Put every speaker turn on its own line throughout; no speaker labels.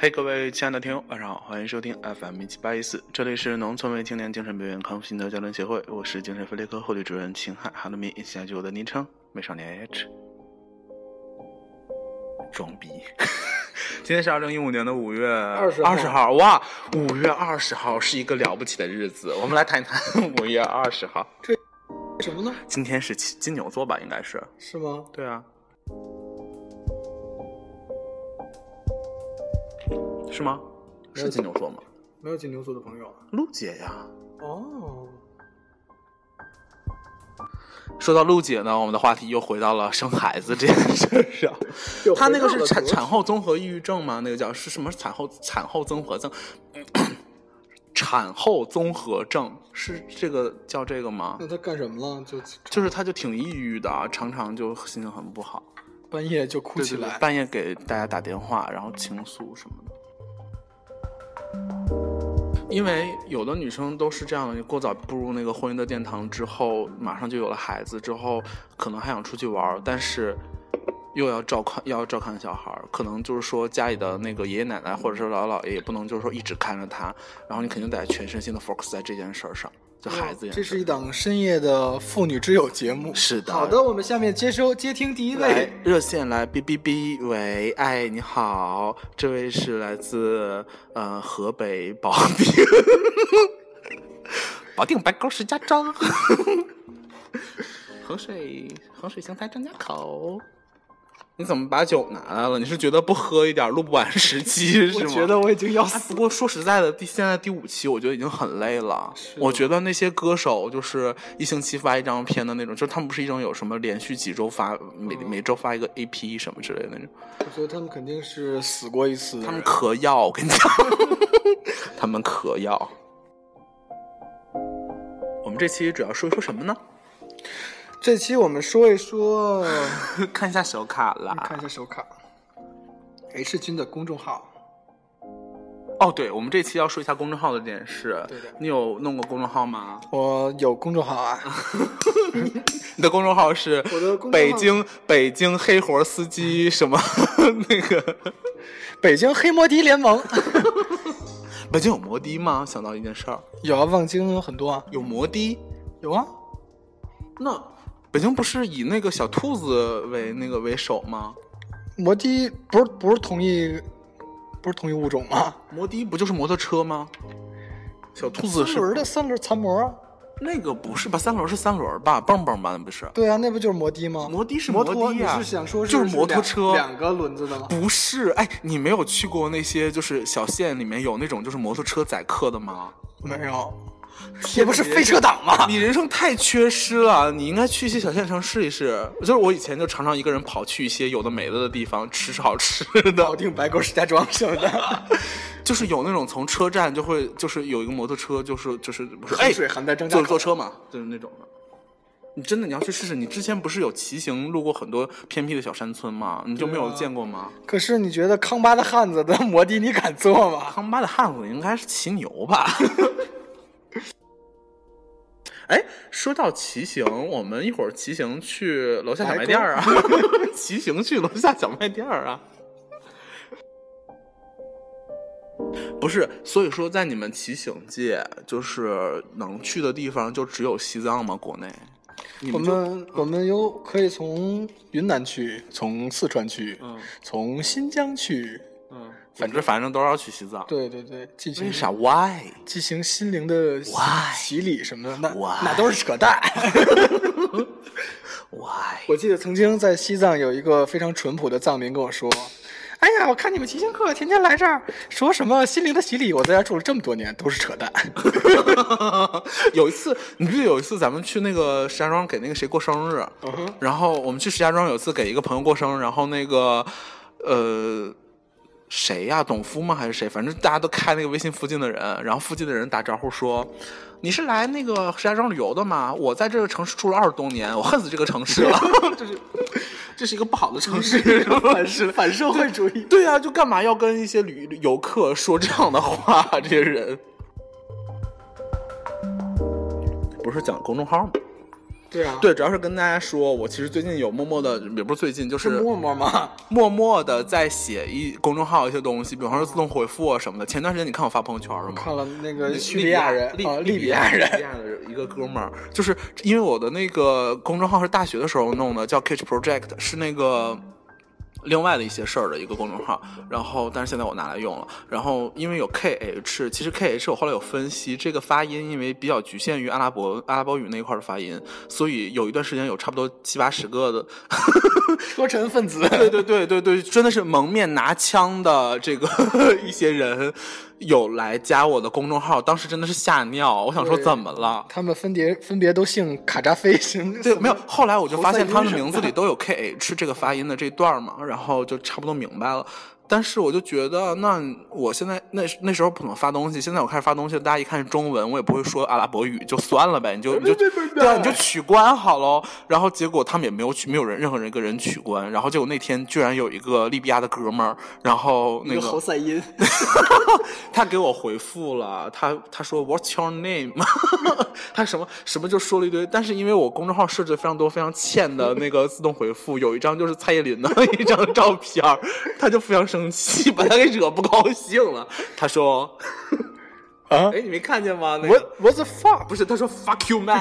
嘿、各位亲爱的听友，晚上好，欢迎收听 FM 一七八一四，这里是农村为青年精神病院康复心得交流协会，我是精神分裂科护理主任秦汉，哈鲁米，以下就我的昵称美少年 H。装逼！ 今天是二零一五年的五月二
20号
二十号，哇，五月二十号是一个了不起的日子，我们来谈一谈 五月二十号。
什么呢？
今天是金金牛座吧，应该是。
是吗？
对啊。是吗？
没有
是金牛座吗？
没有金牛座的朋友啊
陆姐呀。
哦，
说到陆姐呢，我们的话题又回到了生孩子这件事上。
又
她
回
那个
到
是
了
产
国
产后综合抑郁症吗？那个叫是什么产后产后综合症？产后综合症是这个叫这个吗
那？他干什么了？就
就是她就挺抑郁的，啊常常就心情很不好，
半夜就哭
对
起
对对
来。
半夜给大家打电话，然后倾诉什么的。因为有的女生都是这样的，过早步入那个婚姻的殿堂之后，马上就有了孩子，之后可能还想出去玩儿，但是又要照看，要照看小孩儿，可能就是说家里的那个爷爷奶奶或者是姥姥姥爷也不能就是说一直看着他，然后你肯定得全身心的 focus 在这件事儿上，就孩子也
哦这是一档深夜的妇女之友节目。
是的
好的，我们下面接收接听第一
来
位，
热线来哔哔哔，喂，哎，你好，这位是来自呃河北保定， 保定白沟石家 庄，衡水衡水邢台张家口。你怎么把酒拿来了？你是觉得不喝一点录不完十期是
我
吗？
觉得我已经要
哎，
死
不过说实在的，第现在第五期我觉得已经很累了。
是
我觉得那些歌手就是一星期发一张片的那种，就是他们不是一种有什么连续几周发，每、
嗯
每周发一个 AP 什么之类的那种，
我觉得他们肯定是死过一次的
他
人。
们嗑药，我跟你讲， 他们嗑药。我们这期主要说一说什么呢？
这期我们说一说，
看一下小卡
看
啦
一。下手卡，H 君的公众号。
哦，对，我们这期要说一下公众号的这件事。
对的
你有弄过公众号吗？
我有公众号 啊，
你的公众号是
我的公众号
北京北京黑活司机什么那个？
北京黑摩的联盟
北京有摩的吗？想到一件事儿，
有啊，望京有很多啊，
有摩的。
有啊，
那北京不是以那个小兔子为那个为首吗？
摩的不是不是同一不是同一物种吗？
摩的不就是摩托车吗？小兔子
三轮
是
的三轮残模啊，
那个不是吧？三轮是三轮吧？蹦蹦吧？那不是？
对啊，那不就是摩的吗？
摩的是
摩
摩
托，
的
你
呀
是想说
就是
是
摩托
两
车
两个轮子的吗？
不是？哎，你没有去过那些就是小县里面有那种就是摩托车载客的吗？
没有，也不是飞车党 吗？
你人生太缺失了，你应该去一些小县城试一试。就是我以前就常常一个人跑去一些有的没的的地方吃吃好吃的
保，定白沟石家庄什么的，
就是有那种从车站就会就是有一个摩托车，就是就是不是哎
衡水邯郸张家
坐
口
坐车嘛，就是那种的。你真的你要去试试，你之前不是有骑行路过很多偏僻的小山村吗？你就没有
对啊
见过吗？
可是你觉得康巴的汉子的摩的你敢坐吗？
康巴的汉子应该是骑牛吧？哎，说到骑行，我们一会儿骑行去楼下小卖店儿啊， 骑行去楼下小卖店儿啊。不是，所以说在你们骑行界，就是能去的地方就只有西藏吗？国内，你
我
就
们我们有可以从云南去，从四川去，
嗯
从新疆去，
嗯，反正反正都要去西藏。
对对对，进行
为啥？Why？
进行心灵的洗
Why？
洗礼什么的，那
Why？
那都是扯淡。
Why？
我记得曾经在西藏有一个非常淳朴的藏民跟我说：“哎呀，我看你们骑行客天天来这儿，说什么心灵的洗礼，我在这儿住了这么多年，都是 扯淡。
有一次，你记得有一次咱们去那个石家庄给那个谁过生日，然后我们去石家庄有一次给一个朋友过生日，然后那个呃谁呀、董夫吗还是谁？反正大家都开那个微信附近的人，然后附近的人打招呼说。你是来那个石家庄旅游的吗？我在这个城市住了二十多年，我恨死这个城市了，这是这是一个不好的城市，
反是反社会主义。
对呀、啊就干嘛要跟一些旅旅游客说这样的话？这些人不是讲公众号吗？
对啊，
对，主要是跟大家说，我其实最近有默默的，也不是最近，就是是
陌陌吗？
默默的在写一公众号一些东西，比方说自动回复啊什么的。前段时间你看我发朋友圈了吗？
看了那个
嗯利
叙利亚人
利
啊，利
利
比
亚
亚人
利 比亚的一个哥们儿，就是因为我的那个公众号是大学的时候弄的，叫 Kitch Project，是那个。另外的一些事儿的一个公众号，然后但是现在我拿来用了，然后因为有 KH，其实 KH 我后来有分析，这个发音因为比较局限于阿拉伯阿拉伯语那一块儿的发音，所以有一段时间有差不多七八十个的
多臣分子。
对对对对对，真的是蒙面拿枪的这个 一些人有来加我的公众号，当时真的是吓尿，我想说
对
怎么了？
他们分别分别都姓卡扎菲，姓
对，
什么
没有。后来我就发现
侯赛因
他们
什么
名字里都有 K H 这个发音的这段嘛，然后就差不多明白了。但是我就觉得，那我现在那那时候不怎么发东西，现在我开始发东西了，大家一看是中文，我也不会说阿拉伯语，就算了呗，你就你就
别别别
对啊，你就取关好喽。然后结果他们也没有取，没有人任何人一个人取关。然后结果那天居然有一个利比亚的哥们儿，然后那
一个侯
个
赛因，
他给我回复了，他他说 What's your name？他什么什么就说了一堆，但是因为我公众号设置了非常多非常欠的那个自动回复，有一张就是蔡依林的 一张照片儿，他就非常生气，把他给惹不高兴了。他说
啊：“
哎，你没看见吗？那
，What
个
What the fuck？
不是，他说 fuck you man。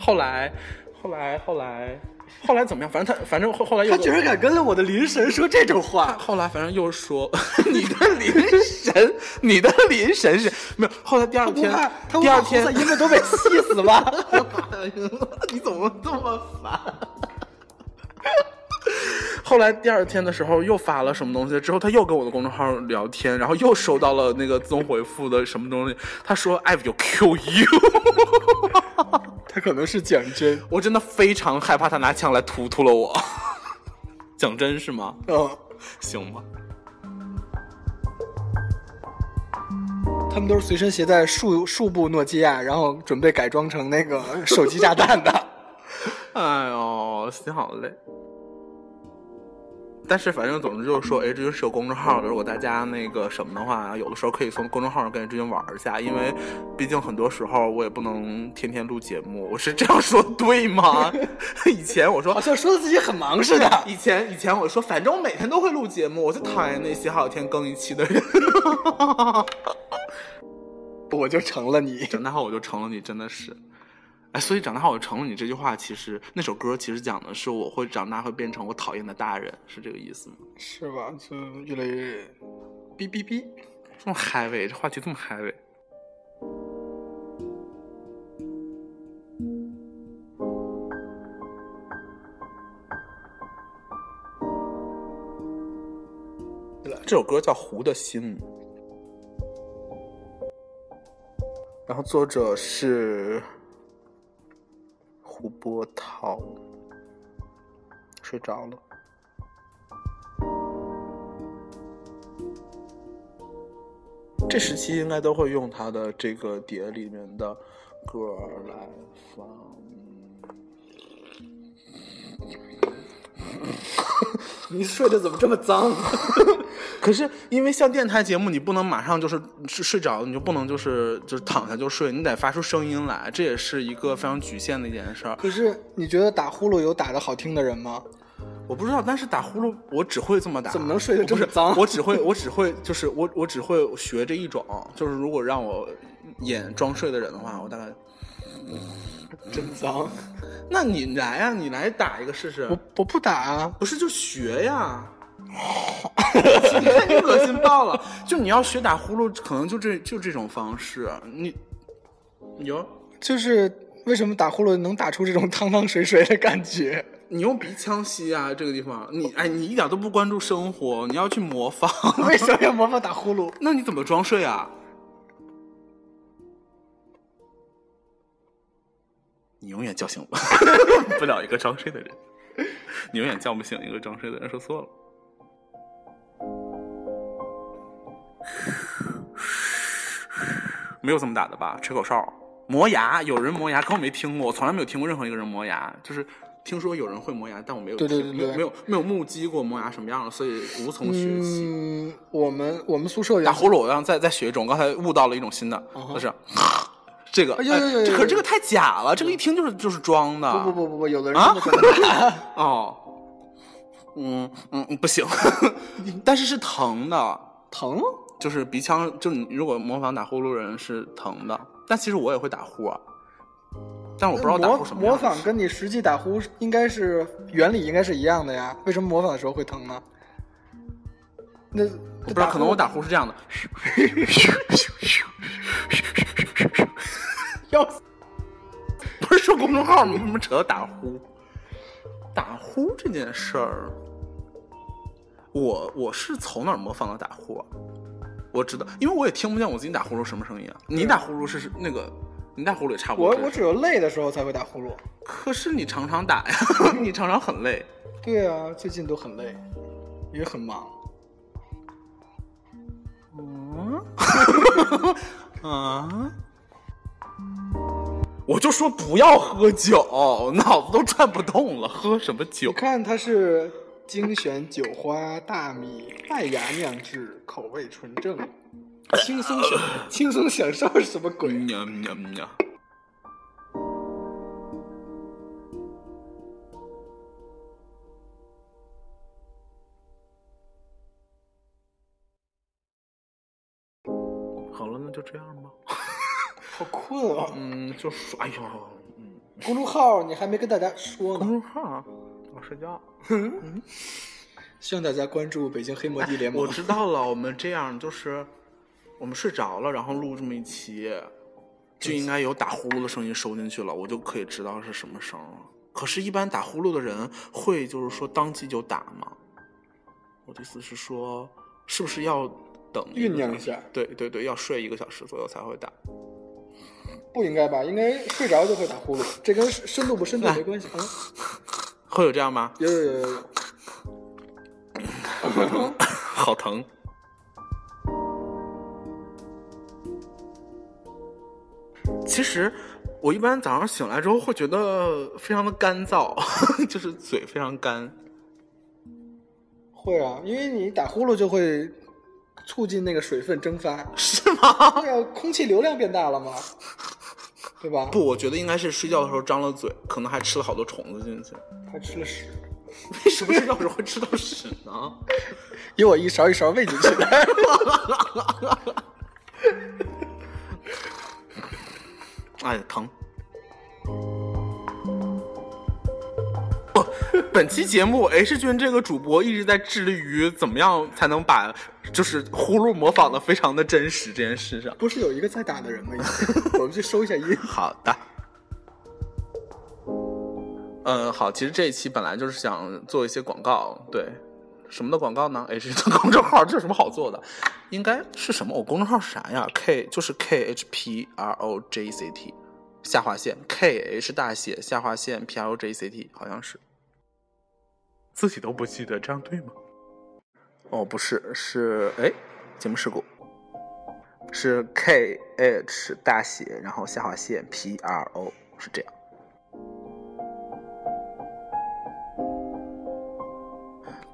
后来，后来，后来，后来怎么样？反正他，反正后后来又
他居然敢跟了我的灵神说这种话，
啊后来反正又说 你的灵神，你的灵神是没有。后来第二
不
天
怕，他不
第
怕
二
侯赛
天，
因们 都被气死吗？
你怎么这么烦？后来第二天的时候又发了什么东西，之后他又跟我的公众号聊天，然后又收到了那个自动回复的什么东西，他说 I will kill you，
他可能是讲真，
我真的非常害怕他拿枪来突突了我。 讲真是吗？
嗯，
行吧。
他们都是随身携带数数部诺基亚，然后准备改装成那个手机炸弹的。
哎呦，心好累。但是反正总之就是说，H 君是有公众号的。如果大家那个什么的话，有的时候可以从公众号上跟 H 君玩一下，因为毕竟很多时候我也不能天天录节目。我是这样说对吗？以前我说
好像说自己很忙似的。
以前以前我说，反正我每天都会录节目，我就讨厌那些好几天更一期的人。
我就成了你，
长大后我就成了你，真的是。哎，所以长大后我成了你这句话，其实那首歌其实讲的是我会长大会变成我讨厌的大人，是这个意思吗？
是吧？就越来越哔哔哔。
这么嗨味，这话题这么嗨味。这首歌叫《湖的心》，然后作者是胡波涛。睡着了。这时期应该都会用他的这个碟里面的歌儿来放。
你睡得怎么这么脏？
可是因为像电台节目，你不能马上就是睡睡着，你就不能就是就是躺下就睡，你得发出声音来，这也是一个非常局限的一件事儿。
可是你觉得打呼噜有打的好听的人吗？
我不知道，但是打呼噜我只会这么打，
怎么能睡得这么
我不是
脏
我只会，我只会，就是我我只会学这一种，就是如果让我演装睡的人的话，我大概，
真脏！
那你来啊，你来打一个试试
我，我不打啊！
不是就学呀。你看你恶心爆了，就你要学打呼噜，可能就这就这种方式，你有
就是为什么打呼噜能打出这种汤汤水水的感觉？
你用鼻腔吸啊，这个地方你哎你一点都不关注生活，你要去模仿，
为什么要模仿打 呼噜？
那你怎么装睡啊？你永远叫醒我 不了一个装睡的人，你永远叫不醒一个装睡的人。说错了。没有这么打的吧？吹口哨、磨牙，有人磨牙，可我没听过，我从来没有听过任何一个人磨牙。就是听说有人会磨牙，但我没有
对对
听
对对
没有没有目击过磨牙什么样的，所以无从学起。
嗯，我们我们宿舍
打
原
呼噜，我让再再学一种，刚才悟到了一种新的，
嗯哼
就是这个，
哎呦呦呦
哎这可
呦
是这个太假了，这个一听就是就是装的。
不不不不不，有的人
啊
真的可能
哦，嗯嗯嗯，不行，但是是疼的，
疼，
就是鼻腔，就你如果模仿打呼噜人是疼的，但其实我也会打呼啊，但我不知道打呼什么
模
样。
模仿跟你实际打呼应该是原理应该是一样的呀，为什么模仿的时候会疼呢？那
我不知道，可能我打呼是这样的，
要死
不是说公众号吗？为什么扯到打呼？打呼这件事儿，我我是从哪儿模仿的打呼啊？我知道，因为我也听不见我自己打呼噜什么声音啊。你打呼噜是是那个，你打呼噜也差不多
我
这个
我只有累的时候才会打呼噜。
可是你常常打呀， 你常常很累。
对啊，最近都很累，也很忙。
啊！我就说不要喝酒，脑子都转不动了，喝什么酒
你？看，它是精选酒花、大米、麦芽酿制，口味纯正，轻松享
呃
轻松享受是什么鬼？
喵喵喵！好了，那就这样吧。
好困啊！
嗯，就说，哎呦，嗯，
公众号你还没跟大家说
公众
呢，
号，我睡觉。
希望大家关注北京黑魔帝联盟
我。知道了，我们这样就是，我们睡着了，然后录这么一期，就应该有打呼噜的声音收进去了，我就可以知道是什么声了。可是，一般打呼噜的人会就是说当即就打吗？我的意思是说，是不是要等个
酝酿一下？
对对对，要睡一个小时左右才会打。
不应该吧？应该睡着就会打呼噜，这跟深度不深度
啊
没关系。嗯，
会有这样吗？
有有有有有，
好疼。其实我一般早上醒来之后会觉得非常的干燥， 就是嘴非常干。
会啊，因为你打呼噜就会促进那个水分蒸发，
是吗？
对啊，空气流量变大了嘛，对吧？
不，，我觉得应该是睡觉的时候张了嘴，可能还吃了好多虫子进去。
还吃了屎，
为什么睡觉的时候会吃到屎呢？
给我一勺一勺喂进去的。
哎，疼。不哦本期节目，H 君这个主播一直在致力于怎么样才能把就是呼噜模仿的非常的真实这件事上。
不是有一个在打的人吗？已经我们去收一下音。
好的。嗯，好，其实这一期本来就是想做一些广告，对，什么的广告呢？H 的公众号这有什么好做的？应该是什么？我公众号是啥呀？K 就是 K H P R O J C T 下划线 K H 大写下划线 P R O J C T 好像是，自己都不记得，这样对吗？哦，不是，是哎，节目事故。是 K H 大写，然后下划线 P R O 是这样。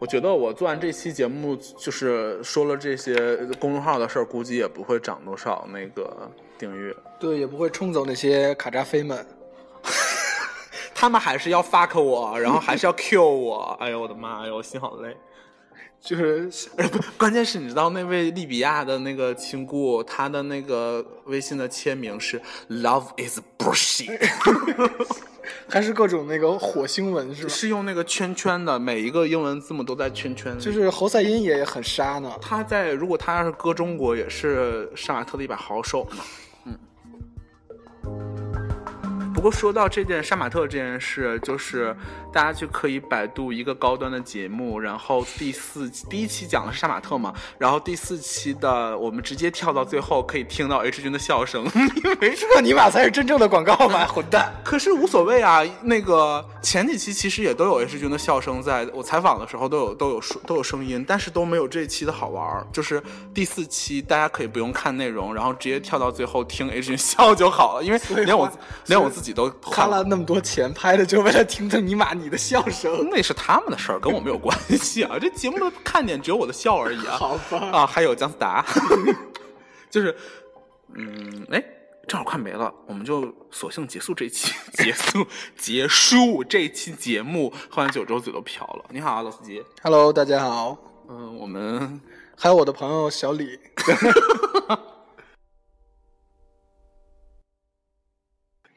我觉得我做完这期节目，就是说了这些公众号的事儿，估计也不会涨多少那个订阅。
对，也不会冲走那些卡扎菲们。
他们还是要 fuck 我，然后还是要 Q 我。哎呦我的妈呀，我心好累。呃
就是
关键是，你知道那位利比亚的那个亲姑，她的那个微信的签名是 “Love is bullshit”。
还是各种那个火星文是吧？
是用那个圈圈的，每一个英文字母都在圈圈里。
就是侯赛因也很杀呢。
他在，如果他要是搁中国，也是上海特的一把好手嘛。嗯。不过说到这件杀马特这件事，就是大家就可以百度一个高端的节目，然后第四期第一期讲的是杀马特嘛，然后第四期的我们直接跳到最后，可以听到 H 君的笑声， 因为是
这尼玛才是真正的广告吧，混蛋！
可是无所谓啊，那个前几期其实也都有 H 君的笑声在，我采访的时候都有都有说都有声音，但是都没有这一期的好玩儿。就是第四期大家可以不用看内容，然后直接跳到最后听 H 君 笑就好了，因为
以
连我
花
连我自己都
花
看
了。那么多钱拍的，就为了听听尼玛你的笑声。
那是他们的事儿，跟我没有关系啊！这节目的看点只有我的笑而已啊！
好吧
啊，还有姜思达，就是，嗯，哎，正好快没了，我们就索性结束这期 结束结束这期节目。喝完酒之后嘴都瓢了。你好，老司机。
Hello，大家好，
嗯，我们
还有我的朋友小李。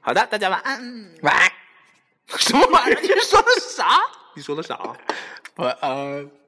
好的，大家晚安。
喂，
什么玩意儿？你说的啥？你说的啥？
晚安。